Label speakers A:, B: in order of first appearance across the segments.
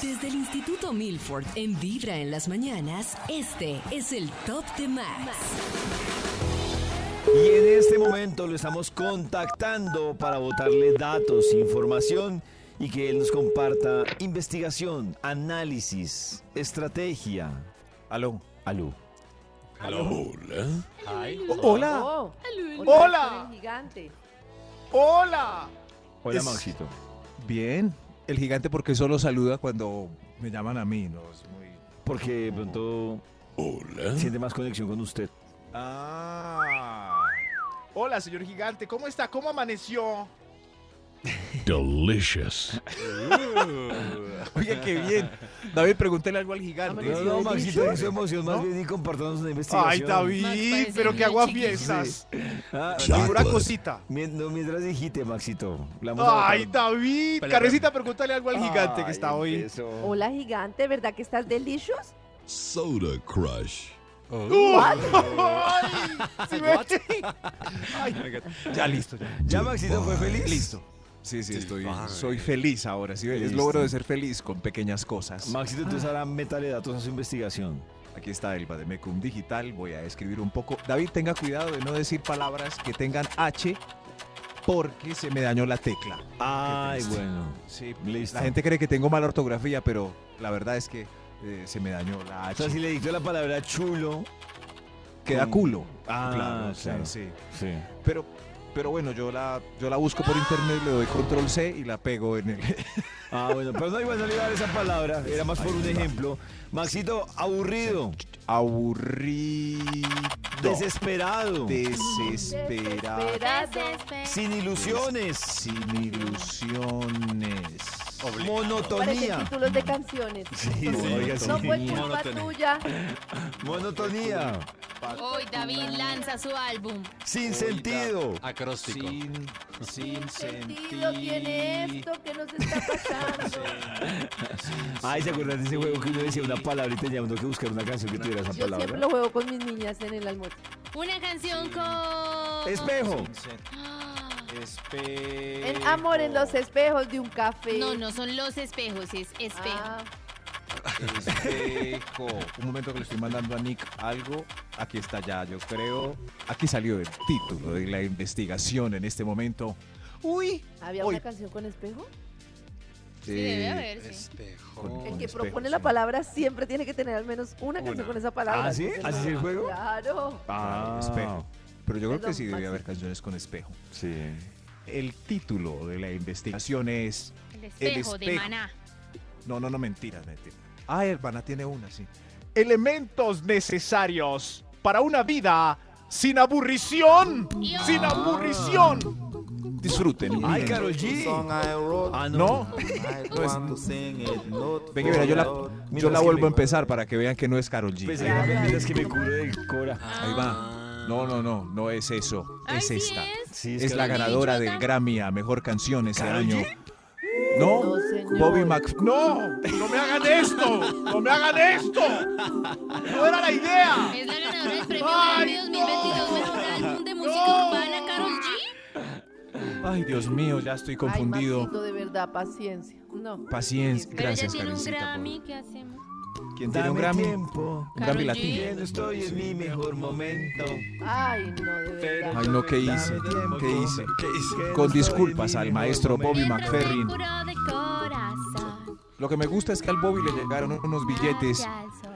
A: Desde el Instituto Milford, en Vibra en las mañanas, este es el Top de Max.
B: Y en este momento lo estamos contactando para botarle datos, información y que él nos comparta investigación, análisis, estrategia. Aló. Aló.
C: Hola.
D: Oh,
C: Hola.
D: con el gigante.
C: Hola.
B: Hola,
C: Es-
B: Maxito.
C: Bien. El gigante porque solo saluda cuando me llaman a mí, no es muy
B: Porque de pronto siente más conexión con usted.
C: Ah.
E: Hola, señor gigante, ¿cómo está? ¿Cómo amaneció?
F: Delicious.
C: Oye, qué bien. David, pregúntale algo al gigante.
B: No, no, Maxito, en su emoción más bien y compartamos una investigación.
E: Ay, David, pero que hago a fiestas.
B: Ah,
F: Exacto.
E: Una cosita.
B: mien- no, mientras dijiste, Maxito. la vamos a
E: Ay,
B: botar.
E: David. Carecita, pregúntale algo al
B: Ah,
E: gigante que está
B: Ay,
E: hoy.
B: eso.
D: Hola gigante, ¿verdad que estás delicious?
F: Soda Crush.
E: Ay, ¿sí me-
C: Ya listo. Ya.
B: ¿Ya Maxito fue feliz? eh.
C: Listo. Sí, sí, estoy. Soy feliz ahora, sí. Es logro de ser feliz con pequeñas cosas.
B: Maxito, entonces ahora métale datos a su investigación.
C: Aquí está el Bademecum Digital. Voy a escribir un poco. David, tenga cuidado de no decir palabras que tengan H porque se me dañó la tecla.
E: Ah,
B: Ay,
C: triste.
B: bueno.
C: Sí,
B: Listo.
C: La gente cree que tengo mala ortografía, pero la verdad es que eh, se me dañó la
B: O
C: H.
B: sea, si le dictó la palabra chulo.
C: Queda
B: con-
C: culo.
B: Ah,
C: claro, sí,
B: claro.
C: sí.
B: Sí.
C: Pero, pero bueno, yo la, yo la busco por internet, le doy control C y la pego en el.
B: Ah, bueno, pero no igual no le iba a dar esa palabra. Era más por un ejemplo. Maxito, aburrido,
C: Aburrido.
B: desesperado,
C: Desesperado.
B: sin ilusiones,
C: Sin ilusiones.
D: Parecen
B: monotonía.
D: títulos de canciones.
B: Sí, sí, oiga, sí.
D: No pues, fue culpa tuya.
B: Monotonía,
G: Hoy David lanza su álbum.
B: sin sentido.
H: Acróstico.
C: Sin, sin
D: Sentido tiene
C: sentido.
D: esto que nos está pasando.
B: Ay, ¿se acuerdan de ese juego que uno decía una palabra y tenía uno que buscar una canción que tuviera esa
D: Yo siempre
B: palabra?
D: lo juego con mis niñas en el almuerzo.
G: Una canción con.
B: Espejo.
G: Ah,
D: En amor en los espejos de un café.
G: No, no son los espejos, es espejo.
D: Ah,
C: Espejo. Un momento que le estoy mandando a Nick algo. Aquí está ya, yo creo. Aquí salió el título de la investigación en este momento. Uy.
D: ¿Había
C: Hoy-
D: una canción con espejo?
G: Sí, debe
C: Eh,
G: haber, sí.
H: Espejo.
C: con-
D: El
C: con
D: que
C: espejo,
D: propone
C: sí.
D: la palabra siempre tiene que tener al menos una canción con esa palabra.
B: ¿Ah, sí? ¿Así es el juego?
D: Claro.
C: Ah, espejo. Pero yo creo que
D: Perdón,
C: sí debe
D: Maxi.
C: haber canciones con espejo.
B: Sí.
C: El título de la investigación es.
G: El espejo de
C: espejo.
G: maná.
C: No, no, no, mentiras, mentiras. Ah, Hermana tiene una, sí.
E: Elementos necesarios para una vida sin aburrición. Sin aburrición.
C: Disfruten. y
B: Ay,
C: miren.
B: Karol G. Ah,
E: No.
C: Pues, Venga, mira, yo la, yo
B: Mientras
C: la
B: que
C: vuelvo
B: me-
C: a empezar para que vean que no es Carol G.
D: Pues
B: Pensé que me pedías que me curo del cora.
C: Ahí va. No, no, no, no es eso.
G: Ay,
C: es
G: sí
C: esta.
G: es.
B: Sí,
C: Es
B: Karol
C: la
B: G.
C: ganadora
G: Bichota.
C: del Grammy a mejor canción ese
B: ¿Karol
C: año.
B: G?
C: No,
D: No, señor.
C: Bobby McFerrin.
E: No, no me hagan esto. No me hagan esto. No era la idea.
G: Es la ganadora del premio
E: Ay,
G: Grammy 2022 mejor álbum de música
E: No.
G: urbana, Carol G.
C: Ay, Dios mío, ya estoy
D: Ay,
C: confundido.
D: Maxito, de verdad, paciencia. No.
C: Paciencia.
G: Pero ella
C: Gracias,
G: tiene un
C: Karencita, por-
G: Grammy, ¿qué hacemos?
C: ¿Quién tiene
B: Dame
C: un Grammy?
B: tiempo.
C: Un Grammy
G: Karol G.
C: latino.
B: Que no estoy en mi mejor momento.
D: Ay, no, de verdad.
C: Ay, no, ¿qué hice? ¿Qué hice? Con disculpas al maestro Bobby
G: Mientras te
C: McFerrin.
G: curo de corazón.
C: Lo que me gusta es que al Bobby le llegaron unos billetes.
G: hacia el sol.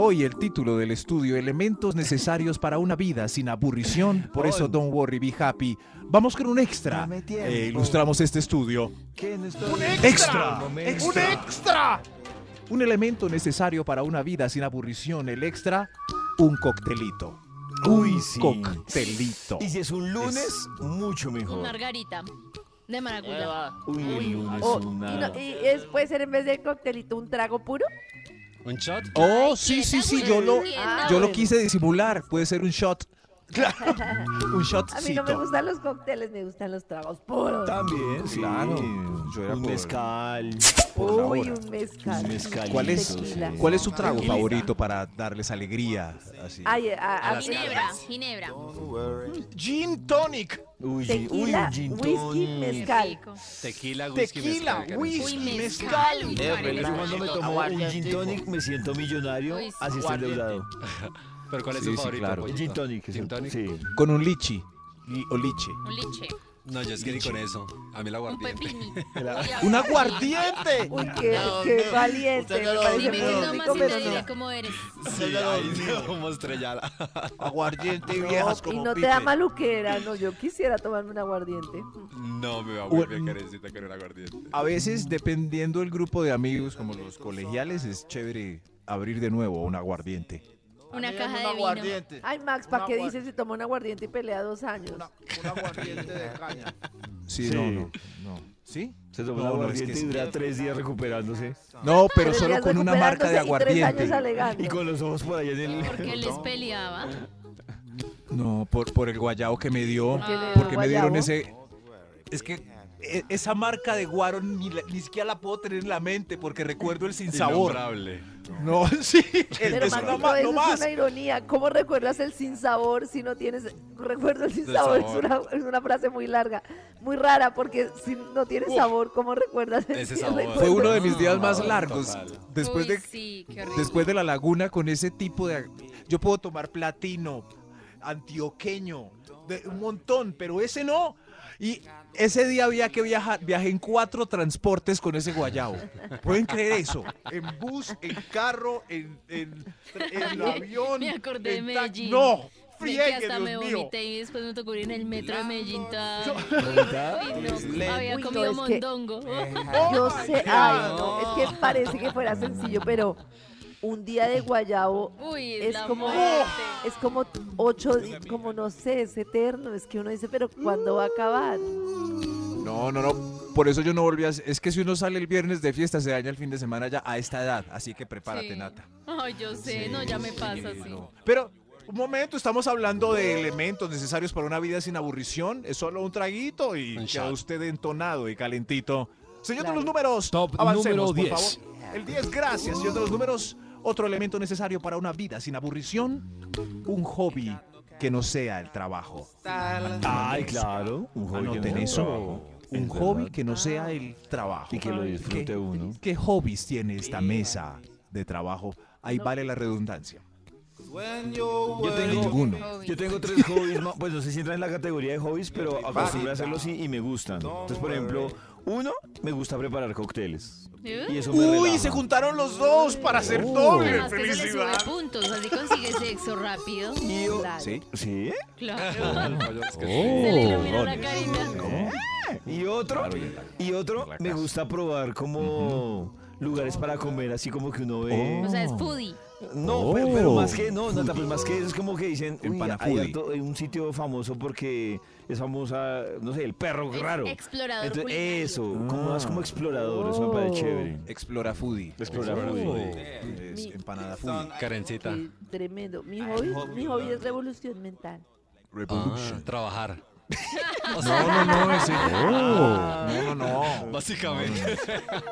C: Hoy el título del estudio, Elementos necesarios para una vida sin aburrición. Por eso, don't worry, be happy. Vamos con un extra.
B: Dame tiempo.
C: Eh, ilustramos este estudio.
E: Un
C: Extra,
E: extra. Un extra.
C: Un elemento necesario para una vida sin aburrición, el extra, un coctelito.
B: Uy,
C: un
B: sí.
C: coctelito.
B: Y si es un lunes, mucho
G: Un
B: mejor.
G: margarita. De maracuyá.
B: Uy, el lunes
D: O-
B: es
D: Oh, y, eh.
B: una-
D: no- y es, puede ser en vez del coctelito un trago puro.
I: ¿Un shot?
C: Oh, sí, sí, sí, yo lo,
G: Ah,
C: yo lo
D: bueno.
C: quise disimular. Puede ser un shot. Claro, un
D: A mí no me
C: shotcito.
D: gustan los cócteles, me gustan los tragos puros.
B: También, sí.
C: Claro. Yo era
B: un
C: por-
B: mezcal.
D: Uy, un mezcal.
B: Un mezcalito,
D: ¿Cuál es,
B: sí.
C: ¿Cuál es su trago
D: Tequila.
C: favorito para darles alegría? Así.
D: Ay, a- a- a-
G: Ginebra, Ginebra.
C: Gin tonic.
B: Uy, sí, uy,
D: Tequila,
B: un gin
D: whisky,
B: tonic.
D: mezcal.
G: Rico.
I: Tequila, whisky, mezcal, ganas.
G: Uy, mezcal. uy,
B: Eh, Yo
G: marica.
B: cuando me tomo un gin tonic me siento millonario,
G: Uy, sí.
B: así estoy endeudado.
I: ¿Pero cuál es
C: Sí,
I: tu
C: sí,
I: favorito?
C: claro.
I: pollito?
B: Gin tonic.
I: Gin tonic.
B: Sí.
C: Con un lichi. Li- O liche.
G: Un liche,
I: No, yo es que ni con eso. A mí la
G: un
I: guardia.
G: pepini.
C: ¡Un aguardiente!
D: Uy, qué, qué valiente.
H: usted
D: Me
H: no lo
D: parece
G: Dime
D: muy
H: dice,
G: qué tomas
D: rico,
G: y
D: pero
G: te
D: no.
G: diré cómo eres.
I: Sí, ahí se como estrellada.
H: Aguardiente y viejas
D: No,
H: como
D: y no te
H: pipe.
D: da maluquera, no, yo quisiera tomarme un aguardiente.
I: No, me va a volver carecita con una aguardiente.
C: A veces, dependiendo del grupo de amigos, como los colegiales, es chévere abrir de nuevo un aguardiente.
G: Una
H: Miren,
G: caja
H: un
G: de vino. Ah.
H: aguardiente.
D: Ay, Max, ¿para
E: Un
D: qué
E: aguar-
D: dices si toma un aguardiente y pelea dos años?
E: Una- Un aguardiente de caña.
C: Sí,
B: Sí.
C: no, no, no. ¿Sí?
B: Se toma
C: No,
B: un
C: no, es que
B: aguardiente
C: sí.
B: y dura tres días recuperándose.
C: No, pero
D: Tres
C: solo
D: días
C: con una marca de
D: recuperándose y
C: aguardiente.
D: Tres años alegando.
B: Y con los ojos por allá en el...
G: Porque les peleaba.
C: No, por, por el guayabo que me dio.
D: ¿Qué le dio
C: Porque me
D: guayabo?
C: dieron ese. Es que e- esa marca de guaro ni, la- ni siquiera la puedo tener en la mente porque recuerdo el sinsabor.
I: Innombrable.
C: No, sí.
D: Pero
C: es
D: Maxito,
C: una ma-
D: eso
C: no
D: es
C: más.
D: una ironía. ¿Cómo recuerdas el sin sabor si no tienes recuerdo el sin
I: Del
D: sabor? Es
I: sabor.
D: una, es una frase muy larga, muy rara porque si no tienes sabor, ¿cómo recuerdas el
I: Ese
D: el
I: sabor.
D: recuerdo?
C: Fue uno de mis
I: No,
C: días más
I: no,
C: largos.
I: total.
C: Después
G: Uy,
C: de,
G: sí, qué horrible.
C: después de la laguna con ese tipo de... Yo puedo tomar platino, antioqueño, de, un montón, pero ese no. Y ese día había que viajar, viajé en cuatro transportes con ese guayabo. ¿Pueden creer eso? En bus, en carro, en, en, en avión.
G: Me acordé de
C: en taxi.
G: Medellín.
C: No,
G: Me-
C: friegue,
G: que hasta
C: Dios
G: me
C: mío.
G: vomité y después me tocó ir en el metro de Medellín. toda- Uy, no,
C: Lento.
G: había
D: Uy, no,
G: comido
D: es que-
G: mondongo.
C: eh,
D: Yo sé, ay, no, es que parece que fuera sencillo, pero un día de guayabo
G: Uy, es,
D: es
G: la
D: como
G: muerte.
D: es como ocho, di- como no sé, es eterno. Es que uno dice, pero ¿cuándo va a acabar?
C: No, no, no. Por eso yo no volví a... Es que si uno sale el viernes de fiesta, se daña el fin de semana ya a esta edad. Así que prepárate,
G: Sí.
C: Nata.
G: Ay, yo sé, no, ya me pasa así.
C: No. Pero, un momento, estamos hablando de elementos necesarios para una vida sin aburrición. Es solo un traguito y
I: Un
C: queda
I: shot.
C: usted entonado y calentito. Señor
D: Claro.
C: de los números,
I: Top
C: avancemos,
I: número
C: por
I: 10.
C: favor. El 10, gracias, señor de los números. Otro elemento necesario para una vida sin aburrición, un hobby que no sea el trabajo.
B: Ay, claro. Un hobby que
C: Anoten
B: no-
C: eso. Ah, Un
B: Es
C: hobby
B: verdad.
C: que no sea el trabajo.
B: Y que lo disfrute
C: ¿Qué-
B: uno.
C: ¿Qué hobbies tiene esta mesa de trabajo? Ahí vale la redundancia.
B: Yo tengo,
C: Ninguno.
B: yo tengo tres hobbies, ma- pues no sé si entran en la categoría de hobbies, pero acostumbro a hacerlos y, y me gustan. Entonces, por ejemplo, uno, me gusta preparar cócteles.
G: ¿Eh?
B: Y eso me
C: Uy,
B: relaja.
C: se juntaron los dos para hacer
B: Oh.
C: doble.
G: Además Ah, que eso le sube puntos, así consigue sexo rápido.
B: Y yo-
D: Claro.
B: ¿Sí?
G: Claro. Se le
C: Oh,
G: ilumina la carita.
B: ¿Eh? Y otro, y otro
C: la
B: me
C: casa.
B: gusta probar como lugares para comer, así como que uno ve.
G: O sea, es foodie.
B: No,
C: Oh.
B: pe- pero, más que no, Nata, pues más que eso es como que dicen, uy,
C: Empana
B: hay
C: foodie.
B: harto- hay un sitio famoso porque es famosa, no sé, el perro
G: Ex-
B: raro.
G: explorador culinario.
B: eso, como más
C: Ah.
B: como explorador, eso me
D: Oh.
B: parece chévere.
C: Explora Foodie.
B: Explorador.
C: Es
D: Mi-
C: empanada Foodie.
I: Karencita.
D: Qué tremendo. Mi hobby, mi hobby es revolución mental.
I: Ah, trabajar. O sea,
C: No, no, no, ese- No, no, no.
I: Básicamente.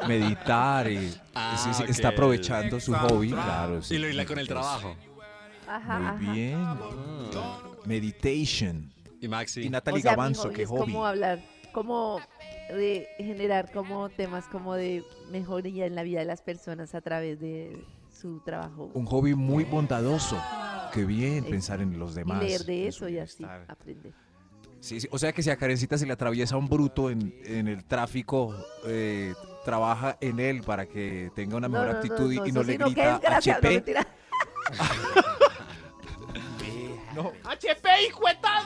C: Meditar. eh,
I: Ah,
C: sí, sí,
I: ok.
C: Está aprovechando su hobby, claro. sí.
I: Y lo hila con el trabajo.
D: Ajá,
C: Muy
D: ajá.
C: bien. Meditation.
I: Mm. Y
C: Y
I: Maxi.
D: O
C: Natalie
D: sea, mi
C: Gavanzo,
D: hobby
C: qué
D: es
C: hobby.
D: como hablar, como de generar como temas como de mejoría en la vida de las personas a través de su trabajo.
C: Un hobby muy bondadoso. Qué bien
D: Eh,
C: pensar en los demás.
D: y leer de eso y así
C: bienestar.
D: aprender.
C: Sí, sí, O sea que si a Karencita se le atraviesa un bruto en, en el tráfico, eh, trabaja en él para que tenga una mejor actitud y- y no
D: eso
C: le
D: sí, no, qué
C: grita
D: desgracia, no,
C: HP.
D: mentira.
E: ¡HP, hijuetada!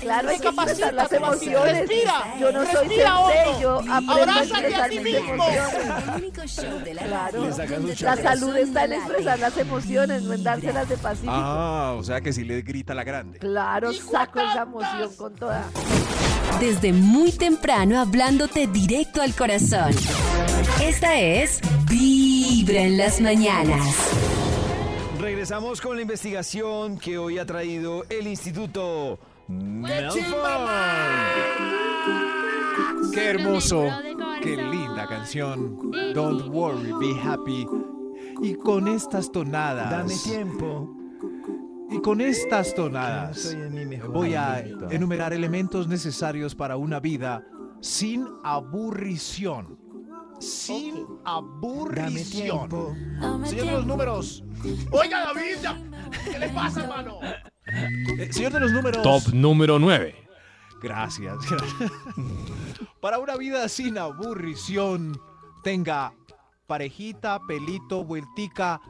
D: Claro, hay que
E: Capacita,
D: expresar las
E: capacita,
D: emociones.
E: respira,
D: yo no soy
E: respira
D: sensei,
E: hondo.
D: yo aprendo a
E: Abrázate a
D: expresar
E: ti
D: mis
E: mismo.
D: emociones.
A: El único show de la
D: Claro.
A: radio
D: Le
B: sacas
A: donde
B: un
A: tu
D: La
B: Pero
D: salud
A: corazón
D: está en
A: late.
D: expresar las emociones, no en dárselas de pacífico.
C: Ah, o sea que si le grita la grande.
D: Claro, saco esa emoción con toda.
A: Desde muy temprano hablándote directo al corazón. Esta es Vibra. Vibra en las mañanas.
B: Regresamos con la investigación que hoy ha traído el Instituto Melford.
D: Pues,
C: Qué hermoso, qué linda canción. Don't worry,
G: Ah,
C: be happy. Y con estas tonadas.
B: Dame tiempo.
C: Y con estas
B: que
C: tonadas
B: estoy en mi mejor
C: voy a
B: momento.
C: enumerar elementos necesarios para una vida sin aburrición. Sin
B: Dame
C: aburrición.
B: tiempo.
E: Señor de los números. Oiga, David, ya. ¿Qué le pasa, hermano?
C: Eh, señor de los números.
J: Top número 9.
C: Gracias. Para una vida sin aburrición, tenga parejita, pelito, vueltica,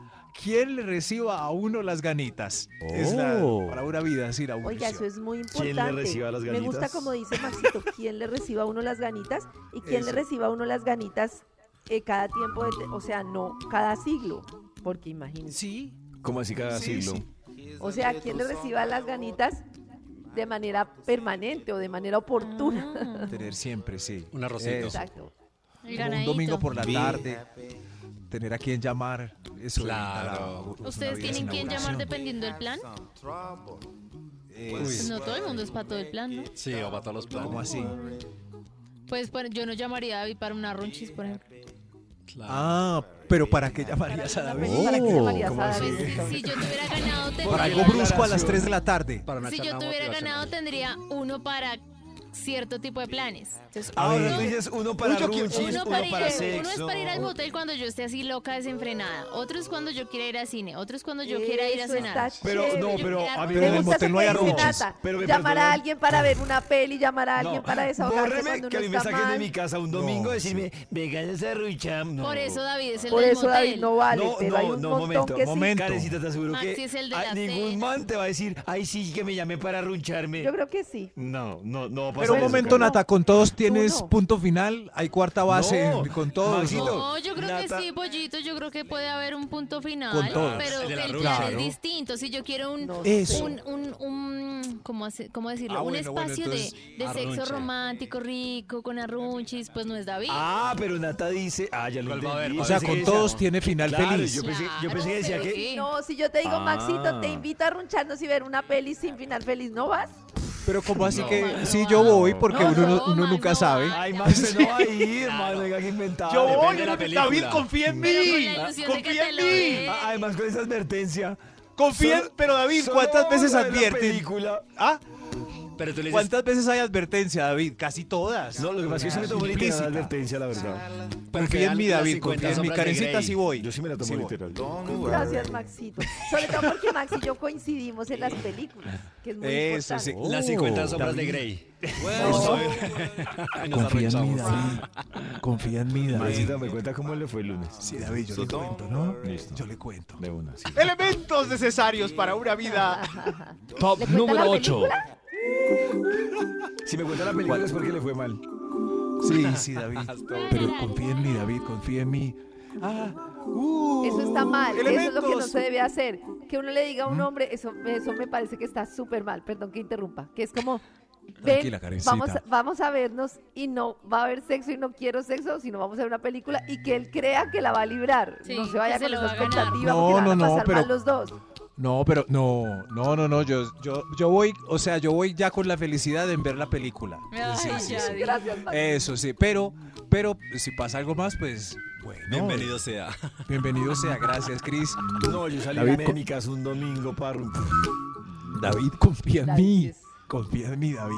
C: quien le reciba a uno las ganitas. Es la-
J: Oh.
C: para una vida sin
D: Oiga,
C: aburrición.
D: eso es muy importante.
B: le reciba las
D: Me gusta
B: ganitas?
D: como dice Maxito, quién le reciba a uno las ganitas y quién le
C: Eso.
D: reciba a uno las ganitas eh, cada tiempo, de- o sea, no cada siglo, porque imagínense.
C: Sí,
B: ¿Cómo así
I: Ah,
B: cada
C: Sí,
B: siglo?
C: sí.
D: O sea, quién le reciba las ganitas de manera permanente o de manera oportuna.
G: Ah.
C: tener siempre, sí.
I: Un arrocito.
C: Eso.
D: Exacto.
C: Como Un domingo por la tarde, tener a quien llamar. Eso
I: Claro.
C: evita la- una
G: ¿Ustedes
C: vida
G: tienen
C: sin
G: quien llamar
C: aburrición.
G: dependiendo del plan?
D: pues,
C: Uy,
G: Pues No todo el mundo es para todo el plan, ¿no?
I: Sí, o para todos los planes.
C: ¿Cómo así?
G: Pues bueno, yo no llamaría a David para una ronchis, por ejemplo. Pues,
I: Claro.
C: Ah, pero ¿para qué llamarías a David?
D: ¿Para
I: Oh.
B: Oh,
D: qué llamarías
C: ¿Cómo
D: a
C: así?
D: David?
G: Pues si yo tuviera ganado,
C: Para
G: tendría...
C: algo brusco a las 3 de la tarde.
I: Para una
G: Si yo
I: charla
G: tuviera
I: motivacional.
G: ganado, tendría uno para cierto tipo de planes. Entonces,
B: Ahora
G: uno-
B: tú dices uno para ruchis, uno,
G: uno, para ir,
B: para
G: uno es
B: sexo.
G: para ir al motel cuando yo esté así loca, desenfrenada. Otro es cuando yo quiera ir al cine. Otro es cuando yo quiera ir a
D: Eso
G: cenar.
D: está
B: Pero
D: chévere.
B: no,
G: Yo
B: pero
G: quiero
B: a mí
D: Me
C: en el
D: gusta
C: motel
D: eso
C: no hay
D: que dice
C: arrunches,
D: Nata,
B: pero me
D: llamar
B: perdonan.
D: a alguien para ver una peli, llamar a alguien para desahogarse cuando
B: Bórreme que a
D: uno
B: mí me
D: está
B: saquen de mi
D: mal.
B: casa un domingo y decirme, venga esa rucha. No.
G: Por eso David es el
D: Por
G: del
D: eso
G: motel.
D: David no vale,
B: No,
D: pero hay
B: no,
D: un
B: no,
D: montón
B: momento,
D: que sí.
C: momento.
B: Karencita, te aseguro
G: Maxi
B: que
G: es el de
B: a-
G: la
B: ningún
G: tela.
B: man te va a decir, ay sí, que me llame para runcharme.
D: Yo creo que sí.
B: No, no, no va a pasar
C: Pero un
D: Bueno,
B: eso,
C: momento,
D: no.
B: Karen.
C: Nata, con todos tienes
D: no.
C: punto final, hay cuarta base
B: No,
C: en- con todos.
B: Maxito.
G: No, yo creo
B: Nata-
G: que sí, Pollito. Yo creo que puede haber un punto final.
C: Con todas.
G: Pero
I: El de
G: que
I: la
G: el
I: ruta,
G: plan
I: ¿no?
G: es distinto. Si yo quiero un.
D: No
C: Eso.
D: sé.
G: Un, un, un- ¿cómo, hace- cómo decirlo?
C: Ah,
G: un
C: bueno, bueno,
G: espacio
C: entonces,
G: de, de sexo
I: arrunche.
G: romántico, rico, con arrunchis, pues no es David.
B: Ah, pero Nata dice, ah, ya lo
I: ¿Cuál va a
B: entendí.
I: haber?
B: yo
I: O
C: sea,
B: pensé
C: con
B: que esa-
C: todos tiene final
B: Claro,
C: feliz.
B: Yo pensé, yo
G: Claro,
B: pensé que decía
G: pero
B: que
G: sí.
D: No, si yo te digo,
B: Ah.
D: Maxito, te invito a runcharnos y ver una peli sin final feliz, ¿no vas?
C: Pero como así
I: No,
C: que
G: man,
C: sí,
G: no
C: yo
G: va.
C: voy porque
G: No,
C: uno,
G: no,
C: no- uno
G: man,
C: nunca
G: no
C: sabe.
G: va.
B: Ay, más se no va a ir, man, venga, que inventar.
E: Yo voy,
I: depende de la
E: David, David,
I: película.
E: confía en
G: Pero con la
E: mí.
G: ilusión de que
E: Confía
G: te
E: en
G: lo
E: mí.
G: dé.
B: Ah, Además, con esa advertencia.
C: Confía,
B: Solo-
C: pero David,
B: solo
C: ¿cuántas
B: vamos
C: veces
B: a ver la
C: advierten?
B: película.
C: ¿Ah?
I: Pero tú le dices,
C: ¿Cuántas veces hay advertencia, David? Casi todas.
B: No, lo que pasa es que yo sí me tomo literal la
C: Implícita.
B: advertencia, la verdad.
C: Confía en mí,
I: Las
C: David,
I: 50
C: confía en mi
I: sombras de
C: carencita,
I: Grey.
C: sí voy.
B: Yo sí me la tomo
C: Sí voy.
B: literal.
D: Gracias, Maxito. Sobre todo porque Max y yo coincidimos en las películas, que es muy
C: Eso sí.
D: importante.
I: Las 50 sombras de Grey. Y nos
C: Confía en mí,
I: arrechamos.
C: David. Confía en mí, David.
B: Maxito, me cuenta cómo le fue el lunes.
C: Sí, David, yo le cuento, ¿no?
B: Listo.
C: Yo le cuento.
B: De una, sí.
E: Elementos necesarios para una vida.
J: Top
D: ¿Le cuenta
J: número
D: la
J: 8.
D: película?
B: Si me cuenta la película es porque le fue mal.
C: Sí, sí, David. Pero confía en mí, David, confía en mí. Ah, uh,
D: Eso está mal, eso es lo que no
C: elementos. ¿Mm?
D: se debe hacer. Que uno le diga a un hombre, eso, eso me parece que está súper mal, perdón que interrumpa, que es como, ven,
C: Tranquila, Karencita.
D: vamos, a- vamos a vernos y no va a haber sexo y no quiero sexo, sino vamos a ver una película y que él crea que la va a librar.
G: Sí,
D: no se vaya
G: que
D: con
G: se lo
D: esa
G: va a ganar.
D: expectativa
C: No,
D: porque la van
C: no,
D: a
C: no,
D: pasar
C: pero-
D: mal los dos.
C: No, pero no, no, no, no. Yo, yo, yo voy, o sea, yo voy ya con la felicidad en ver la película.
G: Ay,
C: Sí, sí,
G: ya,
C: sí.
G: David.
D: Gracias, Max.
C: Eso sí, pero, pero si pasa algo más, pues bueno.
I: Bienvenido sea.
C: Bienvenido sea, gracias, Cris.
B: No, yo salí
C: David,
B: de
C: con-
B: mi casa un domingo para
C: David, confía en
D: David,
C: mí.
D: es-
C: Confía en mí, David.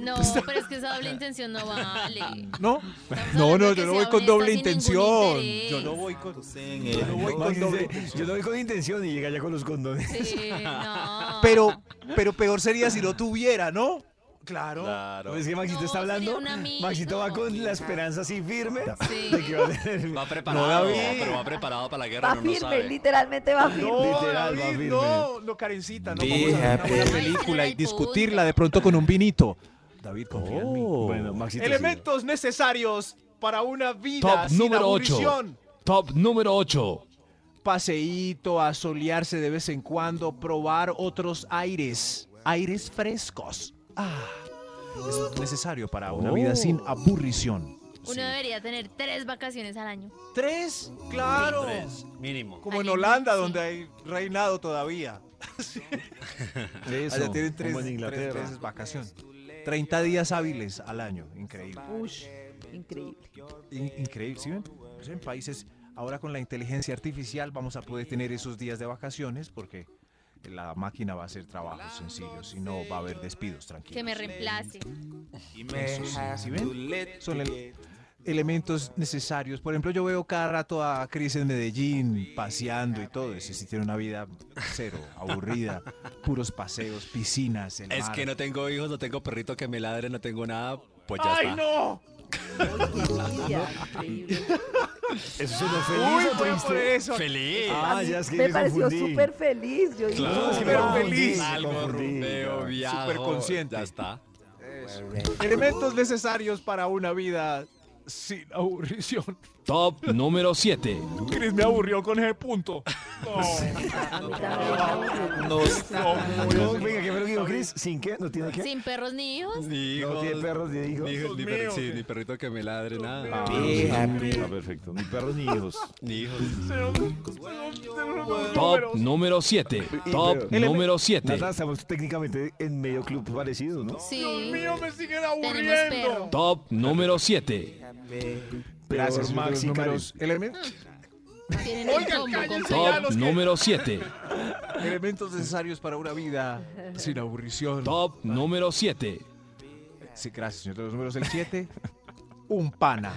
G: No, pero es que esa doble intención no vale.
C: ¿No?
G: Estamos
C: No,
G: hablando
C: no,
G: de
C: yo
G: que
C: no
G: sea
C: voy con
G: honesta,
C: doble
G: sin ningún
C: intención.
G: interés.
C: Yo no voy con. Yo no voy con
B: Maxi
C: doble
B: dice, Yo no voy con intención y llega ya con los condones.
G: Sí, no.
C: Pero, pero peor sería si no tuviera, ¿no? Claro.
I: Claro.
B: No, Pues es que Maxito
G: No,
B: está hablando.
G: sería un amigo.
B: Maxito va con la esperanza así firme
G: Sí.
B: de que va a tener.
I: Va preparado,
B: David.
I: pero va preparado para la guerra,
D: Va
I: uno no
D: firme,
I: sabe.
D: literalmente va firme.
E: No,
B: Literal, va
E: David,
B: firme.
E: no. No, carencita, no.
H: Be
E: Vamos a ver
H: happy.
E: una
C: Una
E: buena-
C: película y
G: Ay, punto.
C: discutirla de pronto con un vinito. David, confía en mí.
B: Bueno, Maxito. sí.
E: Elementos necesarios para una vida
J: Top
E: sin
J: número 8.
E: aburrición.
J: Top número 8.
C: Paseíto, asolearse de vez en cuando, probar otros aires, aires Oh. frescos. Ah, es necesario para una vida sin aburrición.
G: Uno debería tener tres vacaciones al año.
C: ¿Tres? Claro.
I: Tres, mínimo.
C: Como en
G: Al
C: Holanda,
G: inicio.
C: donde hay reinado todavía.
B: Eso,
C: Allá tienen tres,
B: como en
C: tres
B: Inglaterra.
C: veces vacación. 30 días hábiles al año. Increíble.
D: Ush, increíble.
C: In- increíble. ¿sí ven? Pues en países, ahora con la inteligencia artificial, vamos a poder tener esos días de vacaciones porque la máquina va a hacer trabajos sencillos y no va a haber despidos, tranquilo.
G: Que me reemplace.
C: Eso sí, ¿sí ven? Son ele- elementos necesarios. Por ejemplo, yo veo cada rato a Cris en Medellín paseando y todo. Ese sí tiene una vida cero, aburrida, puros paseos, piscinas, el
I: Es
C: mar.
I: que no tengo hijos, no tengo perrito que me ladre, no tengo nada. Pues ya
E: ¡Ay,
I: está.
E: no!
D: Ya, increíble.
B: ¿Eso sonó feliz
C: Uy,
B: o
C: fue por
B: triste?
C: eso.
I: ¡Feliz!
B: Ah, ya es que
D: me
B: me
D: pareció
B: confundí.
D: súper feliz. Yo dije,
I: Claro,
D: "No,
C: pero feliz.
I: Algo
B: confundí,
I: rumbeo,
B: ya.
I: viajo.
C: Superconsciente.
I: Ya está.
C: Elementos necesarios para una vida sin aburrición.
J: Top número 7.
C: Cris me aburrió con ese punto.
D: a mí también me aburrió".
B: Ah, No, venga, ¿qué fue lo que dijo Chris? ¿Sin qué? ¿No tiene qué?
G: Sin perros ni hijos.
I: Ni hijos,
B: No tiene perros ni hijos.
I: ni, ni per- sí, ni perrito que me ladre, nada.
B: Ah, perfecto. Ni perros ni hijos.
I: Ni hijos.
J: Top número 7. Top
B: pero-
J: número 7.
B: Nata, estamos técnicamente en medio club parecido, ¿no?
G: Sí.
E: Mío, me siguen
G: Tenemos
E: aburriendo.
G: perro.
J: Top número 7.
B: Gracias, Maxi.
C: números,
B: Karen.
C: elementos,
G: Tienen el
E: Oigan,
G: combo
E: cállense.
G: completo.
J: Top número 7.
C: elementos necesarios para una vida sin aburrición.
J: Top número 7.
C: Sí, gracias, señor. de Los números del 7. Un pana.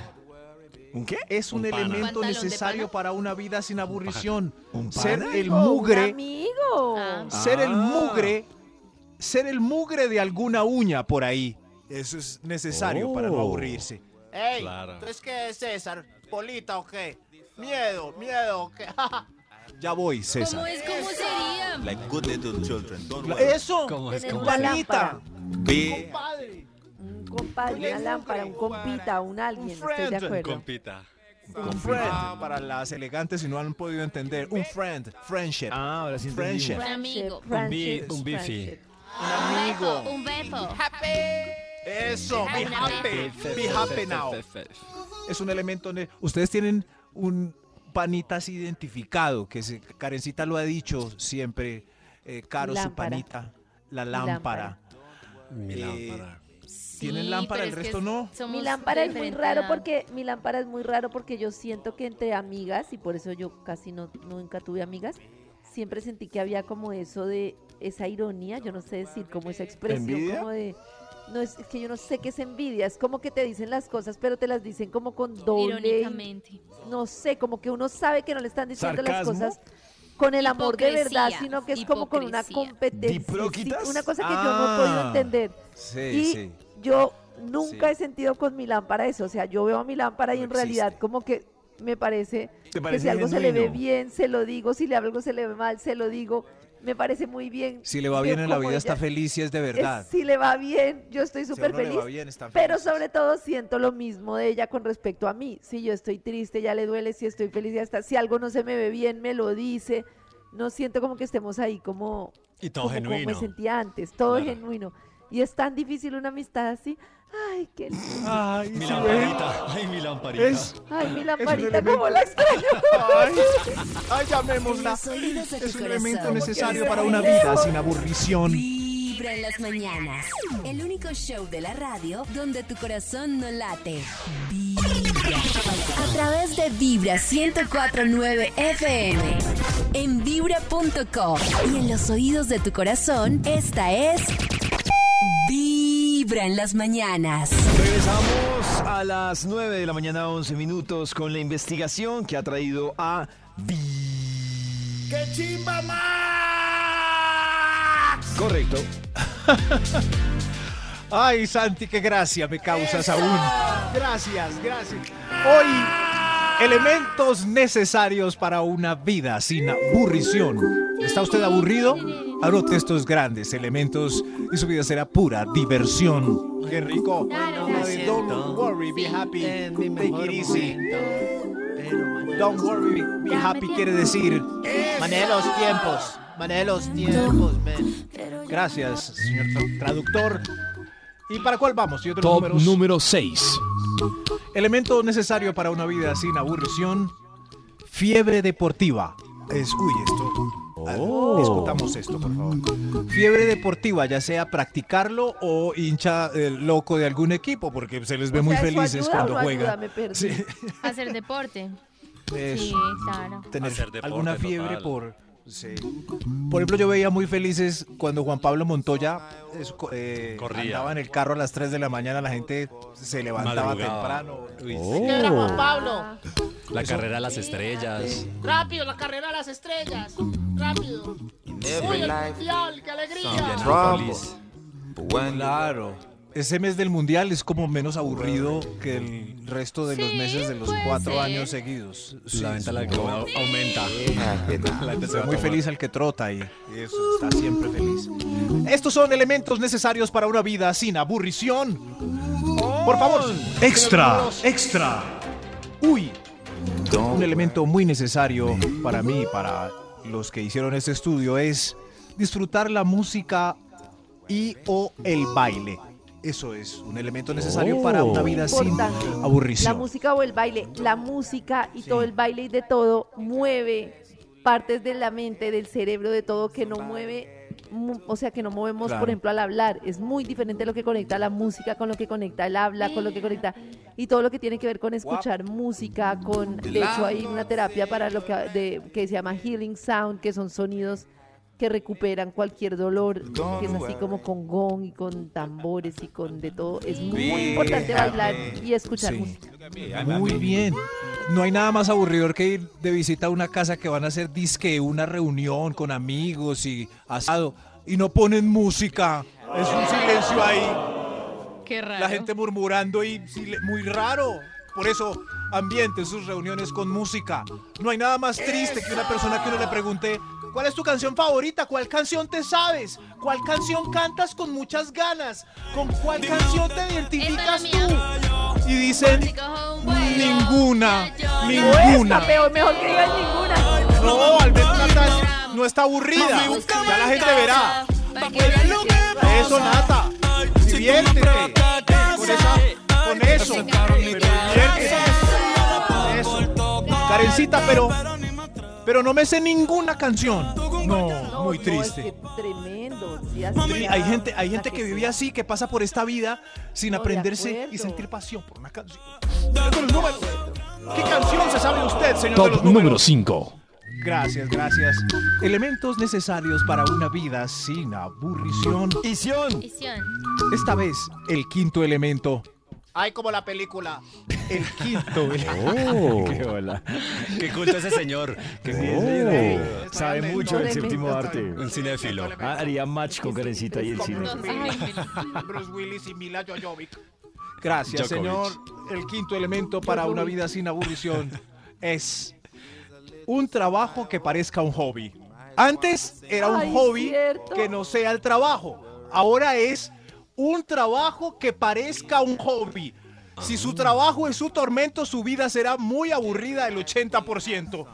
B: ¿Un qué?
C: Es un,
I: Un pana.
C: elemento
G: ¿Pantalón de
C: necesario
G: pana?
C: para una vida sin aburrición.
B: ¿Un pana?
C: Ser el
D: Oh, un
C: mugre.
D: amigo.
G: Ah,
C: Ser el
B: Ah.
C: mugre. Ser el mugre de alguna uña por ahí. Eso es necesario para no
B: Oh.
C: aburrirse.
H: Ey,
I: Claro.
H: ¿entonces qué es César? ¿Polita o qué? Miedo, miedo o qué.
C: Ya voy,
G: ¿Cómo
C: César.
G: es? ¿Cómo sería?
C: La- Eso.
I: ¿Cómo es?
D: Tener
I: ¿Cómo
D: una
I: es?
C: Panita.
D: lámpara, un compadre, una lámpara, un compita, un alguien. Estoy de
C: friend.
D: acuerdo.
I: Compita.
C: Un friend. Ah, Para las elegantes si no han podido entender. Un friend. Friendship.
B: Ah, ahora sí entendí.
C: Friendship.
G: Un amigo.
I: Un bi-
D: Friendship,
I: un bifi.
D: friendship.
G: Amigo. Un beso.
E: Eso,
G: Be happy.
C: Be happy now. Es un elemento. ne- Ustedes tienen un panitas identificado, que se, Karencita lo ha dicho siempre. eh, Caro, su
D: Lámpara.
C: panita. La lámpara.
I: Mi
C: Eh,
I: lámpara.
C: ¿Tienen
G: Sí,
C: lámpara?
G: pero
C: ¿El
G: es que
C: resto
G: es-
C: no?
G: somos
D: Mi lámpara es muy
G: diferente
D: raro
G: edad.
D: porque mi lámpara es muy raro porque yo siento que entre amigas y por eso yo casi no nunca tuve amigas. Siempre sentí que había como eso de esa ironía, yo no sé decir como esa expresión
B: ¿Envidia?
D: como de no es, es que yo no sé qué es envidia, es como que te dicen las cosas pero te las dicen como con doble,
G: Irónicamente.
D: no sé, como que uno sabe que no le están diciendo
B: ¿Sarcasmo?
D: las cosas con el amor de
G: Hipocresía,
D: verdad, sino que es como con una
G: hipocresía.
D: competencia, sí,
B: ¿Dipróquitas?
D: una cosa que yo no he podido
C: Ah.
D: entender
C: Sí,
D: y
C: sí.
D: yo nunca
C: Sí.
D: he sentido con mi lámpara eso. O sea, yo veo a mi lámpara y
C: No
D: en realidad
C: existe.
D: como que me parece,
B: ¿Te
D: que
B: parece
D: si algo se le ve
B: genuino?
D: bien, se lo digo. Si le algo se le ve mal, se lo digo. Me parece muy bien.
C: Si le va
D: Veo
C: bien en la
D: cómo
C: vida, está
D: ella-
C: feliz y es de
D: es-
C: verdad.
D: si le va bien, yo estoy
C: Si a
D: súper
C: uno le va
D: feliz.
C: bien, están
D: Pero
C: felices.
D: sobre todo siento lo mismo de ella con respecto a mí. Si yo estoy triste, ya le duele. Si estoy feliz, ya está. Si algo no se me ve bien, me lo dice. No siento como que estemos ahí como
I: Y todo
D: como- como me
I: genuino.
D: sentía antes, todo
I: Claro.
D: genuino. Y es tan difícil una amistad así. Ay, qué lindo.
C: Ay,
I: Mi
C: sí, ven.
I: lamparita. Ay, mi lamparita.
C: Es-
D: Ay, mi
C: un
D: lamparita,
C: elemento.
D: como la extraño.
C: Ay, ay, llamémosla.
A: Los oídos de tu
C: Es un elemento
A: corazón.
C: necesario para una vida sin aburrición.
A: Vibra en las mañanas. El único show de la radio donde tu corazón no late. Vibra. A través de Vibra 104.9 FM. En vibra.com. Y en los oídos de tu corazón, esta es... Vibra en las mañanas.
B: Regresamos a las 9 de la mañana, 11 minutos, con la investigación que ha traído a
E: ¡Qué chimba más!
B: Correcto.
C: Ay, Santi, qué gracia me causas aún. Gracias, gracias. Hoy, elementos necesarios para una vida sin aburrición. ¿Está usted aburrido? Anote estos grandes elementos y su vida será pura diversión. Qué rico. Don't worry, be happy. Take it easy. Don't worry, be happy quiere decir.
H: Maneje los tiempos. Maneje los tiempos, men.
C: Gracias, señor tra- traductor. ¿Y para cuál vamos? Y otro
J: Top
C: números.
J: número 6.
C: Elemento necesario para una vida sin aburrición. Fiebre deportiva. Es, uy, esto. a ver,
I: Oh.
C: Discutamos esto, por favor. Fiebre deportiva, ya sea practicarlo o hincha eh, loco de algún equipo, porque se les ve
D: O
C: muy
D: sea, ¿eso
C: felices
D: ayuda o
C: cuando
D: no ayuda?
C: juegan.
D: Me perdí.
C: Sí,
G: Hacer deporte.
C: eso
G: Sí, claro.
C: tener
I: Hacer deporte,
C: alguna fiebre
I: total.
C: por... sí. Por ejemplo, yo veía muy felices cuando Juan Pablo Montoya es- co- eh,
I: Corría.
C: andaba en el carro a las 3 de la mañana, la gente se levantaba
I: Madrugaba.
C: temprano. Uy,
H: Señora Juan Pablo,
I: La carrera a las estrellas.
H: rápido, la carrera a las estrellas. Rápido. Uy, el mundial, qué alegría.
I: Indianápolis.
C: Claro. Ese mes del mundial es como menos aburrido que el resto de los
G: Sí,
C: meses de los
G: puede
C: cuatro
G: ser.
C: años seguidos.
I: La venta la aumenta. La gente se
C: Pero
I: va
C: muy
I: a tomar.
C: feliz el que trota y y eso está siempre feliz. Estos son elementos necesarios para una vida sin aburrición. Por favor.
E: Extra, extra.
C: Uy. Un elemento muy necesario para mí y para los que hicieron este estudio es disfrutar la música y o el baile. Eso es un elemento necesario para una vida sin
D: Importante. La
C: aburrición.
D: música o el baile, la música y todo el baile y de todo mueve partes de la mente, del cerebro, de todo que no mueve, mu- o sea, que no movemos,
C: Claro.
D: por ejemplo, al hablar. Es muy diferente lo que conecta la música con lo que conecta el habla, con lo que conecta y todo lo que tiene que ver con escuchar música, con de hecho hay una terapia para lo que de- que se llama healing sound, que son sonidos que recuperan cualquier dolor, que es así como con gong y con tambores y con de todo. Es muy importante bailar y escuchar
C: Sí.
D: música.
C: Muy bien. No hay nada más aburridor que ir de visita a una casa que van a hacer disque una reunión con amigos y asado y no ponen música. Es un silencio ahí,
G: Qué raro.
C: la gente murmurando y sile- muy raro. Por eso, ambiente sus reuniones con música. No hay nada más triste que una persona que uno le pregunte, ¿cuál es tu canción favorita? ¿Cuál canción te sabes? ¿Cuál canción cantas con muchas ganas? ¿Con cuál canción te identificas
G: la
C: tú? Y dicen, Ninguna,
D: Es
C: ninguna.
D: peor, mejor que digas ninguna.
C: No, al menos Nata no está aburrida. Ya la gente verá. Eso, Nata. Diviértete. Con, esa, con eso. Pero diviértete. Eso. Karencita, pero. Pero no me sé ninguna canción. No, muy
D: no,
C: triste.
D: es que tremendo. sí, así
C: Sí,
D: es.
C: hay gente, hay
D: La
C: gente que vive
D: sí.
C: así, que pasa por esta vida sin
D: No, de
C: aprenderse y
D: acuerdo.
C: sentir pasión por una canción. Con los números. ¿Qué canción se sabe usted, señor de
J: Top
C: los
J: número
C: números?
J: 5.
C: Gracias, gracias. Elementos necesarios para una vida sin aburrición.
B: Isión.
C: Esta vez, el quinto elemento.
H: Ay, como la película.
C: El quinto elemento.
B: Qué hola.
I: Qué culto ese señor. Qué
B: Oh, Sabe mucho del
D: Tremendo.
B: séptimo arte.
I: Un cinéfilo.
B: Ah, haría match
D: Este,
B: con Karencita y el cine.
H: Bruce Willis y Mila Jojovic.
C: Gracias,
I: Djokovic.
C: señor. El quinto elemento para una vida sin aburrición es un trabajo que parezca un hobby. Antes era un
D: Ay,
C: hobby
D: cierto.
C: que no sea el trabajo. Ahora es un trabajo que parezca un hobby. Si su trabajo es su tormento, su vida será muy aburrida el 80%.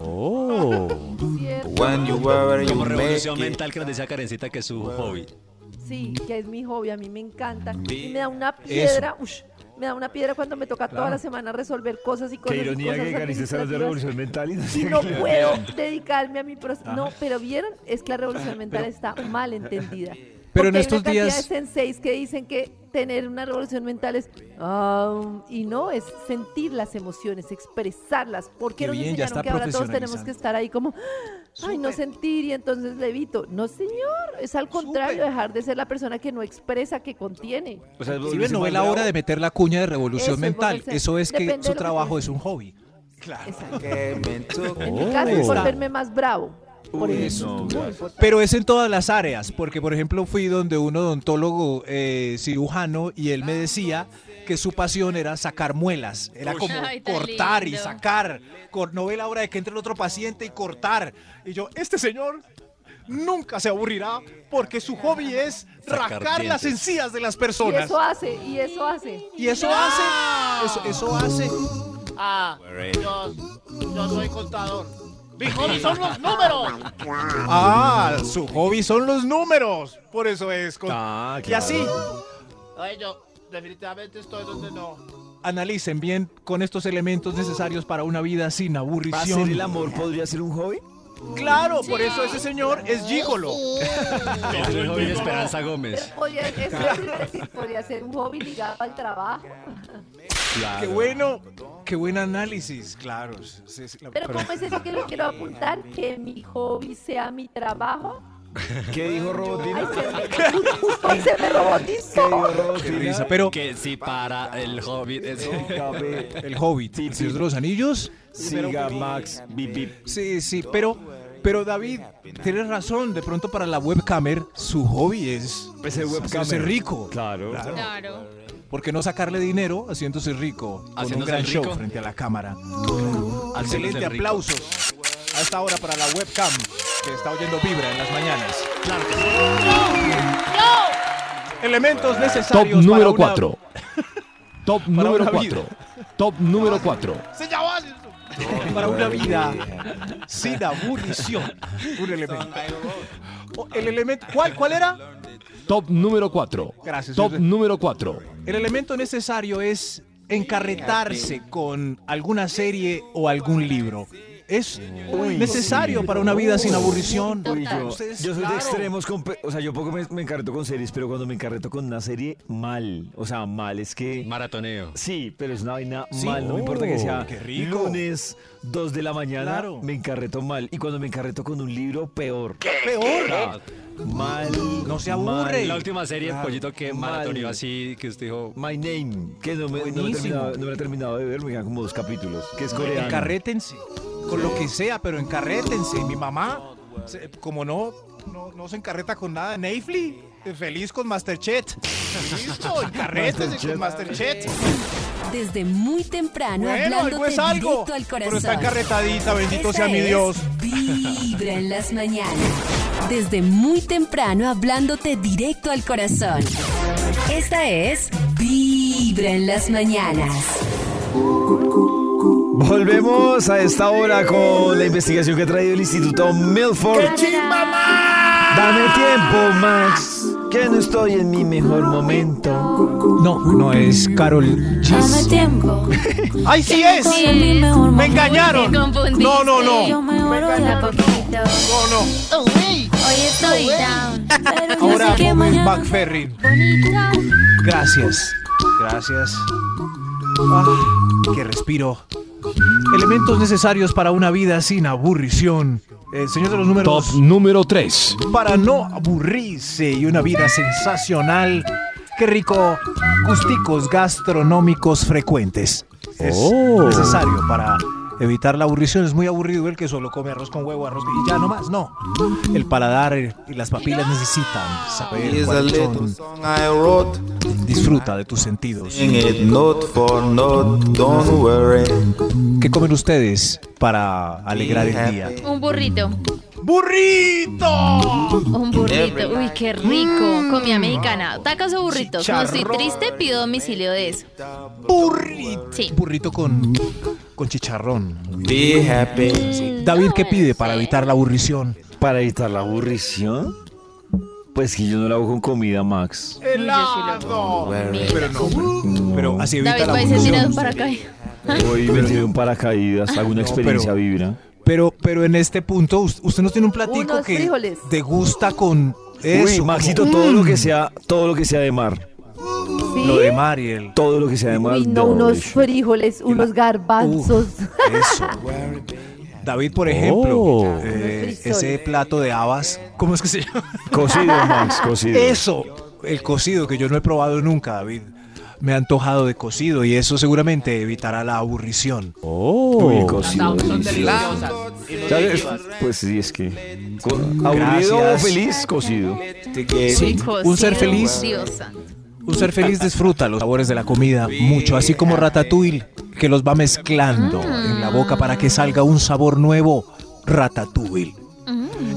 I: Como revolución mental que nos decía Karencita que es su hobby.
D: Sí, que es mi hobby, a mí me encanta. Y me da una piedra, ush, me da una piedra cuando me toca toda la semana resolver cosas y cosas.
B: Qué
D: y
B: ironía
D: cosas
B: que Karencita nos de
D: administrativas.
B: revolución mental y no
D: Y
B: sé
D: no
B: qué le-
D: puedo dedicarme a mi proceso.
C: Ah.
D: No, pero vieron, es que la revolución mental está mal entendida.
C: Pero en
D: Porque hay
C: estos
D: una cantidad
C: días-
D: de senseis que dicen que tener una revolución mental es. ah, y no, es sentir las emociones, expresarlas. ¿Por qué
C: Qué
D: nos
C: bien, ya
D: enseñaron
C: está
D: que ahora todos tenemos
C: profesionalizando.
D: que estar ahí como. Ay, no sentir y entonces levito. No, señor, es al contrario,
C: Súper.
D: dejar de ser la persona que no expresa, que contiene.
B: O sea,
C: Si ven,
B: volverse
C: no
B: más
C: ve la
B: bravo.
C: hora de meter la cuña de revolución
D: Eso,
C: mental.
D: volverse-
C: Eso es que
D: depende
C: su
D: de lo que
C: trabajo
D: sea.
C: es un hobby.
D: Exacto. En
C: Oh.
D: mi caso es
C: Está.
D: volverme más bravo. Por ejemplo,
B: no,
D: muy
B: gracias.
D: importante.
C: Pero es en todas las áreas, porque por ejemplo fui donde un odontólogo eh, cirujano y él me decía que su pasión era sacar muelas, era como
G: Ay, tan
C: cortar y
G: lindo.
C: sacar, cor- no ve la hora de que entre el otro paciente y cortar. Y yo, este señor nunca se aburrirá porque su hobby es
I: Sacar
C: rascar las
I: dientes.
C: encías de las
D: Y
C: personas.
D: eso hace, y eso hace.
C: Y eso hace, eso, eso hace.
H: Ah, yo, yo soy contador. Mi hobby son los números.
C: Ah, su hobby son los números, por eso es. con-
B: Ah,
C: Y así,
H: Ay, yo definitivamente estoy donde no.
C: analicen bien con estos elementos necesarios para una vida
B: ¿Hacer el
C: sin aburrición.
B: amor podría ser un hobby?
C: Claro, por eso ese señor es gigolo.
I: Pedro Joven Esperanza Gómez.
D: Podría, es que sí iba a decir, podría ser un hobby ligado al trabajo.
C: Qué bueno, qué buen análisis, claro. sí, sí, la-
D: Pero ¿cómo es eso que lo quiero apuntar? Que mi hobby sea mi trabajo.
B: ¿Qué dijo
D: Ay,
B: Robotina?
D: se me, Uy, se
B: ¿Qué
D: me
B: dijo
D: robotizó.
I: Qué
B: Robotina?
I: risa.
C: pero-
I: Que si para el hobbit es un
B: Cabe-
C: El Hobbit,
B: Sí,
C: el
B: sí.
C: Señor de los Anillos.
B: Siga Max Bip Bip.
C: Sí, sí, pero, pero David, tienes razón. De pronto para la webcamer, su hobby es
B: Ese
C: hacerse
B: Pues webcamer.
C: rico.
B: Claro.
G: Claro.
C: ¿Por qué no sacarle dinero haciéndose rico? Con un
I: Haciéndose
C: gran
I: el rico.
C: show frente a la cámara.
I: Haciéndose el
C: Excelente
I: rico.
C: aplausos a esta hora para la webcam que está oyendo vibra en las mañanas. Elementos
J: Top
C: necesarios. para
J: número
C: una-
J: 4. Top
C: una
J: número
C: vida. Ah.
J: 4. Top número 4.
E: Se llama Nelson.
C: para una vida sin aburrición. Un elemento. O El elemento, ¿cuál, ¿Cuál era?
J: Top número 4.
C: Gracias,
J: Top
C: José.
J: número 4.
C: El elemento necesario es encarretarse con alguna serie o algún libro. Es necesario para una vida sin aburrición.
B: Uy, yo,
C: Ustedes,
B: yo soy
C: claro.
B: de extremos, con pe- o sea, yo poco me, me encarreto con series, pero cuando me encarreto con una serie, mal. O sea, mal es que...
I: maratoneo.
B: Sí, pero es una vaina
C: Sí. Oh,
B: mal, no me importa que sea
C: Qué rico.
B: lunes, 2 de la mañana,
C: Claro.
B: me encarreto mal. Y cuando me encarreto con un libro, peor. Ah,
C: Peor.
B: Mal.
C: No se
B: mal.
C: aburre.
I: La última serie, el pollito que
B: Mal.
I: maratoneó así, que usted dijo,
B: My Name, que no me, no me he
C: Buenísimo.
B: terminado, no me la he terminado de ver, me quedan como dos capítulos, que es coreano.
C: Encarrétense. Con lo que sea, pero encarrétense. Mi mamá, se- como no, no, no se encarreta con nada. Neifli, feliz con Masterchef. Listo, encarrétense con Masterchef.
A: Desde muy temprano
C: Bueno,
A: hablándote
C: algo es algo.
A: directo al
C: Pero está
A: corazón.
C: encarretadita, bendito
A: Esta
C: sea mi
A: es
C: Dios.
A: Vibra en las mañanas. Desde muy temprano hablándote directo al corazón. Esta es Vibra en las mañanas.
B: Volvemos a esta hora con la investigación que ha traído el Instituto Milford. Dame tiempo, Max, que no estoy en mi mejor momento.
C: No, no es Carol Gis.
K: tiempo.
C: ¡Ay, sí es!
K: Sí, es mi mejor
C: ¡Me
K: momento.
C: engañaron!
G: Te confundiste.
C: No, no, no.
K: Yo me muero de a poquito.
C: No, no.
K: Hoy estoy down. Pero yo
C: Ahora
K: sé que
C: Moment
K: mañana.
C: Backferry.
K: Bonita.
C: Gracias. Gracias. Ah, qué respiro. Elementos necesarios para una vida sin aburrición. El señor de los
J: Top
C: números.
J: número 3.
C: Para no aburrirse y una vida sensacional. Qué rico. Gusticos gastronómicos frecuentes. Es necesario para evitar la aburrición. Es muy aburrido el que solo come arroz con huevo, arroz y ya no más. No. El paladar eh, y las papilas necesitan saber cuáles son.
L: I wrote,
C: Disfruta de tus sentidos.
L: sing it note for note, don't worry.
C: ¿Qué comen ustedes para alegrar el día?
G: Un burrito.
C: ¡Burrito! Mm.
G: Un burrito. Uy, qué rico. Comida mexicana. Tacos o burritos. Cuando estoy
C: Chicharrón.
G: triste, pido domicilio de eso.
C: ¡Burrito!
G: Sí.
C: Burrito con, con chicharrón.
L: Be happy.
C: David,
G: No,
C: ¿qué pide
G: no
C: para
G: sé.
C: evitar la aburrición?
B: Para evitar la aburrición, pues que yo no la hago con comida, Max.
C: Pero no. Pero así evita
G: David
C: la Eh,
G: va y se tira
C: aburrición.
G: para acá.
B: Hoy me tiro en paracaídas, hago una
C: No, pero-
B: experiencia vibra.
C: Pero, pero en este punto, us- usted nos tiene un platico
D: Unos
C: que
D: frijoles.
C: degusta con
B: Uy,
C: eso.
B: Maxito,
C: como-
B: todo lo que sea, todo lo que sea de mar,
D: ¿Sí?
C: Lo de Mariel.
B: todo lo que sea de mar.
D: Uy, no, unos
B: delicioso.
D: frijoles, unos
C: Uf,
D: garbanzos.
C: eso. David, por ejemplo,
J: Oh.
C: eh,
D: Unos frijoles.
C: ese plato de habas, ¿cómo es que se llama?
B: Cocido, Max, cocido.
C: Eso, el cocido que yo no he probado nunca, David. Me ha antojado de cocido y eso seguramente evitará la aburrición.
B: Uy,
J: Oh.
B: cocido, delicioso. ¿Sabes? Pues sí, es que. co- Aburrido o
C: Gracias.
B: feliz, cocido.
C: Sí, un ser
G: Cocido,
C: feliz.
G: Dios santo.
C: Un ser feliz disfruta los sabores de la comida mucho, así como Ratatouille, que los va mezclando en la boca para que salga un sabor nuevo, Ratatouille.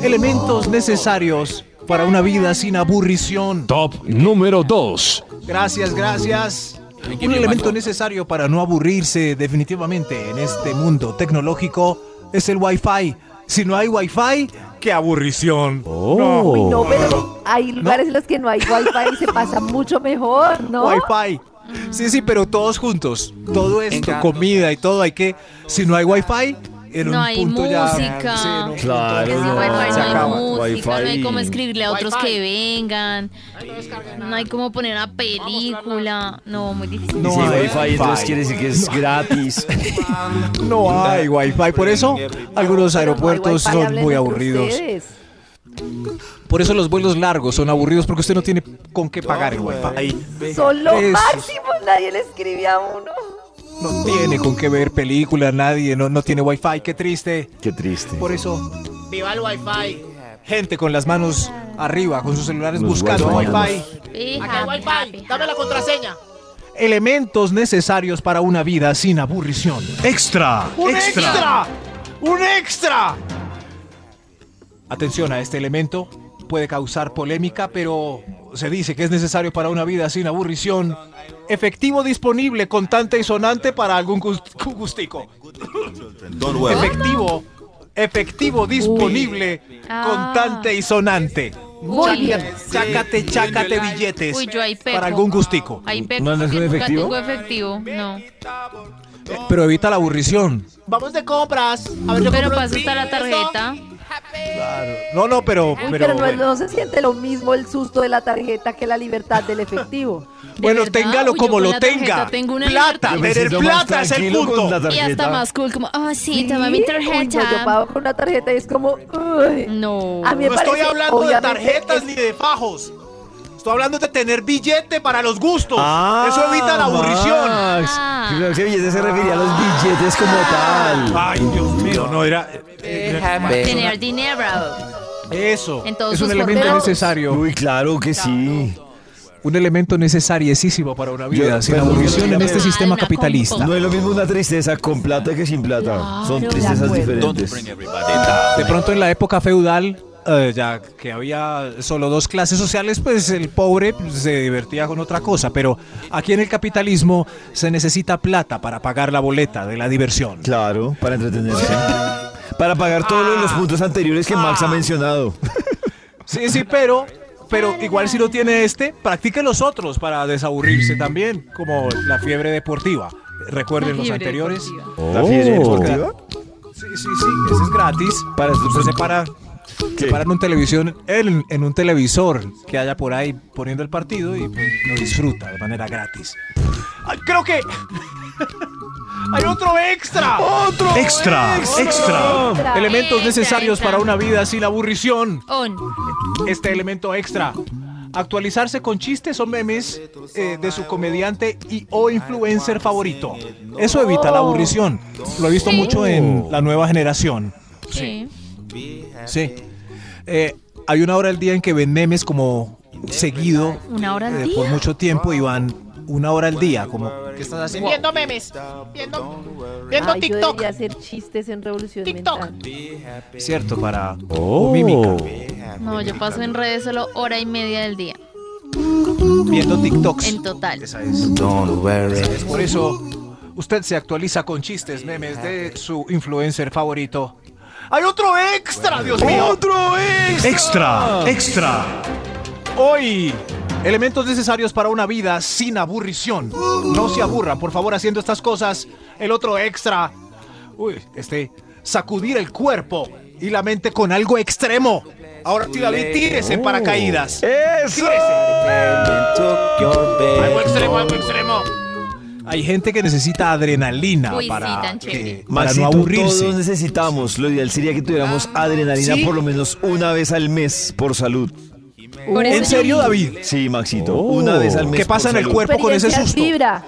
C: Elementos necesarios para una vida sin aburrición.
J: Top número 2.
C: Gracias, gracias. Un elemento necesario para no aburrirse definitivamente en este mundo tecnológico es el Wi-Fi. Si no hay Wi-Fi, qué aburrición.
D: Uy, no, pero hay lugares en los que no hay wifi y se pasa mucho mejor, ¿no?
C: Wi-Fi. Sí, sí, pero todos juntos. Todo esto, comida y todo, hay que. Si no hay wifi, en
G: No
C: un
G: hay
C: punto
G: música.
C: ya. Sí, en un punto
B: Claro,
C: ya
G: No hay, wifi,
C: Eh, se
G: no hay
C: acaba.
G: música, no hay
B: Wi-Fi.
G: cómo escribirle a otros
H: Wi-Fi.
G: que vengan, no hay cómo poner una película, no, muy difícil.
B: No
C: hay
B: Wi-Fi, entonces
C: Wi-Fi.
B: quiere decir que es gratis.
C: No hay wifi. Por eso, algunos aeropuertos
D: Wi-Fi,
C: son
D: hablen
C: muy
D: entre
C: aburridos.
D: ustedes.
C: Por eso los vuelos largos son aburridos porque usted no tiene con qué pagar el wifi.
D: Son lo
C: Eso.
D: máximo, nadie le escribe a uno.
C: No tiene con qué ver películas, nadie, no, no tiene wifi, qué triste.
B: Qué triste.
C: Por eso,
H: Viva el wifi.
C: gente con las manos arriba, con sus celulares
B: Los
C: buscando
B: guardianes.
C: wifi.
H: Acá el wifi. Dame la contraseña.
C: Elementos necesarios para una vida sin aburrición. Eh,
I: Extra, extra.
C: ¡Un extra! Atención a este elemento, puede causar polémica, pero se dice que es necesario para una vida sin aburrición. Efectivo disponible, contante y sonante para algún gust- gustico.
L: Don't worry.
C: Efectivo, efectivo disponible,
G: Ah.
C: contante y sonante.
D: Muy bien.
C: Chácate, chácate billetes
G: Uy, yo ahí peco.
C: para algún gustico.
G: Ahí peco,
B: ¿No andas
G: porque
B: con
G: nunca
B: efectivo?
G: tengo efectivo, no.
C: Pero evita la aburrición.
H: Vamos de compras. A ver, yo
G: Pero
H: compro
G: para eso está la tarjeta.
C: No, no, pero...
D: Uy,
C: pero
D: pero no, no se siente lo mismo el susto de la tarjeta que la libertad del efectivo.
G: ¿De
C: Bueno,
G: verdad?
C: téngalo
G: Uy, yo
C: como
G: con
C: lo
G: la tarjeta
C: tenga.
G: tengo una
C: plata,
G: libertad.
B: Yo me
C: tener
B: siento más
C: plata es el
B: tranquilo con
C: punto.
B: la
G: Y hasta
B: tarjeta.
G: más cool, como, ah, sí, toma
D: Sí,
G: mi
D: uy, no, yo
G: tarjeta.
D: pago con la tarjeta y es como. uy.
G: No.
D: A mí me
C: No estoy
D: parece,
C: hablando de
D: obviamente,
C: tarjetas
D: es-
C: ni de fajos. Estoy hablando de tener billete para los gustos. Eso evita
B: Ah,
C: la aburrición.
B: Max.
G: Ah.
B: Creo que billete se refería a los billetes como
C: Ah.
B: tal.
C: Ay, Dios mío, no era.
G: Tener dinero.
C: Eso.
G: En todos
C: es un
G: sus
C: elemento
G: formatos.
C: necesario.
B: Uy, claro que sí.
C: Un elemento necesariesísimo para una vida
B: Yo-
C: sin
B: perdón,
C: aburrición
B: yo-
C: en este
B: Ah,
C: sistema
G: una
C: capitalista.
B: No es lo mismo una tristeza con plata que sin plata. Son
G: Claro.
B: tristezas
D: De acuerdo.
B: diferentes.
C: De pronto en la época feudal, eh, ya que había solo dos clases sociales, pues el pobre pues, se divertía con otra cosa. Pero aquí en el capitalismo se necesita plata para pagar la boleta de la diversión.
B: Claro, para entretenerse.
C: Ah.
B: Para pagar todos los
G: Ah.
B: puntos anteriores que Max ha mencionado.
C: Sí, sí, pero, pero igual si no tiene este, practique los otros para desaburrirse también, como la fiebre deportiva. Recuerden los
G: Libre,
C: anteriores.
G: deportiva.
B: ¿La fiebre deportiva?
C: Sí, sí, sí, ese es gratis.
B: Oh. Para su-
C: Usted se para, se
B: ¿Qué?
C: para en un televisión, en, en un televisor que haya por ahí poniendo el partido y pues, lo disfruta de manera gratis.
E: Ay, Creo que hay otro extra.
I: Extra, extra.
D: Extra.
C: Elementos
G: Extra,
C: necesarios
G: extra.
C: para una vida sin aburrición.
G: On.
C: este elemento extra. Actualizarse con chistes o memes eh, de su comediante y o influencer favorito. Eso evita la aburrición. Lo he visto
G: Sí.
C: mucho en la nueva generación.
G: Sí.
C: Sí. Eh, hay una hora al día en que ven memes como seguido
G: Una hora al
C: eh,
G: día.
C: por mucho tiempo y van una hora al día como ¿qué estás haciendo?
H: Viendo memes. Viendo, viendo
D: Ay, yo
H: TikTok.
D: debería hacer chistes en revolución
H: TikTok.
D: mental.
C: cierto para
G: Oh.
C: o mímica
G: No, yo paso en redes solo hora y media del día.
C: viendo TikToks
G: En total.
C: Esa es.
L: Don't worry.
C: Por eso, usted se actualiza con chistes, memes de su influencer favorito.
E: Hay otro extra, Dios mío.
C: ¡Otro
I: Extra, extra.
C: Hoy, elementos necesarios para una vida sin aburrición. No se aburra, por favor, haciendo estas cosas. El otro extra. Uy, este, sacudir el cuerpo y la mente con algo extremo. Ahora sí, David,
I: Uh.
C: tírese en paracaídas.
B: ¡Eso!
L: Took your
H: Algo
L: bed.
H: extremo, algo extremo.
C: Hay gente que necesita adrenalina
G: Uy, sí,
C: para,
G: tan
C: que,
G: chévere.
C: para no
B: Maxito,
C: aburrirse.
B: Todos necesitamos. Lo ideal sería que tuviéramos
D: Ah,
B: adrenalina
C: ¿Sí?
B: por lo menos una vez al mes por salud.
G: Por eso
C: ¿En serio, David?
B: Sí, Maxito. Una vez al mes.
C: Oh. ¿Qué pasa
B: por
C: en el
B: salud.
C: cuerpo con ese
D: Experiencias
C: susto?
D: vibra.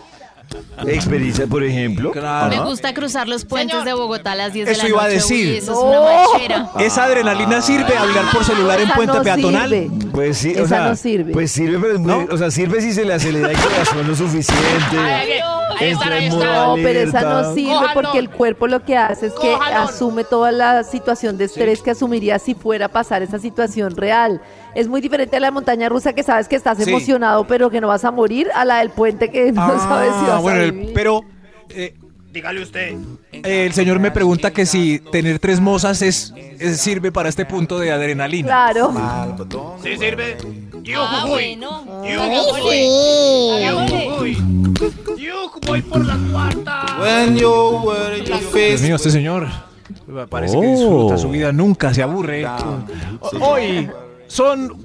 B: Experiencia, por ejemplo.
C: Claro.
G: Me
B: Ajá.
G: gusta cruzar los puentes
H: Señor.
G: de Bogotá a las 10
C: Ah, Eso
G: de la
C: iba a
G: noche.
C: decir.
G: Uy, eso es una
D: No.
G: machera.
C: ¿Esa adrenalina sirve a hablar por celular en
D: Esa
C: puente
D: no
C: peatonal?
D: sirve.
B: Pues sí, o
D: Esa
B: sea,
D: no sirve.
B: Pues sirve, pero es muy-
C: ¿No?
B: o sea, sirve si se le acelera el corazón lo suficiente.
H: Ahí, ahí está,
B: Entra
H: ahí
B: en
H: está.
B: modo
D: No, pero esa
B: alerta.
D: no sirve
H: Cójalo.
D: porque el cuerpo lo que hace es que
H: Cójalo.
D: asume toda la situación de estrés que asumiría si fuera a pasar esa situación real. Es muy diferente a la montaña rusa que sabes que estás
C: Sí. Ah,
D: emocionado pero que no vas a morir, a la del puente que no sabes si vas
C: bueno,
D: a
C: el-
D: vivir.
C: pero eh,
H: Dígale usted.
C: eh, el señor me pregunta que si tener tres mozas es, es- sirve para este punto de adrenalina.
D: Claro.
H: Sí sirve. Ah, bueno.
D: Oh.
H: voy por la cuarta.
L: When you were in your
C: Dios
L: face.
C: mío, este señor parece que
L: Oh.
C: disfruta su vida, nunca se aburre. Hoy son.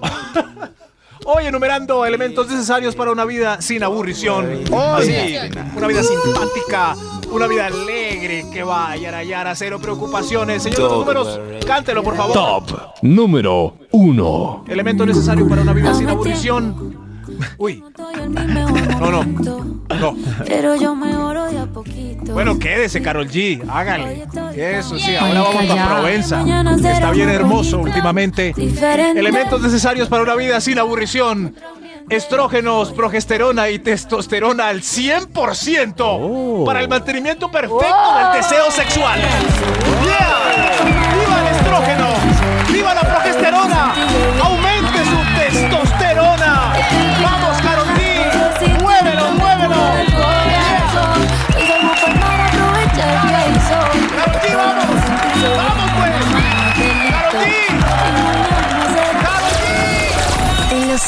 C: Hoy enumerando elementos necesarios para una vida sin aburrición.
E: Oh,
C: Así,
E: sí.
C: una vida simpática, una vida alegre que va a yarayara, cero preocupaciones. Señor, los
J: Don't
C: números, cántelo, por favor.
J: Top número 1.
C: Elemento necesario para una vida sin aburrición. Uy. No, no. No.
K: Pero yo mejoro de a poquito.
C: Bueno, quédese, Carol G. Hágale. Eso sí,
K: Bien.
C: ahora vamos
K: Marica,
C: para
K: ya.
C: Provenza.
K: Mañana
C: que Está
K: será
C: bien
K: muy
C: hermoso
K: bonito.
C: últimamente.
K: Diferente.
C: Elementos necesarios para una vida sin aburrición. Estrógenos, progesterona y testosterona al 100% para el mantenimiento perfecto del deseo sexual. Yeah. ¡Viva el estrógeno! ¡Viva la progesterona! ¡Aumente su testosterona! ¡Vamos, Carol G! ¡Muévelo, muévelo!
K: ¡Claro que vamos! ¡Vamos, pues! ¡Claro
A: En los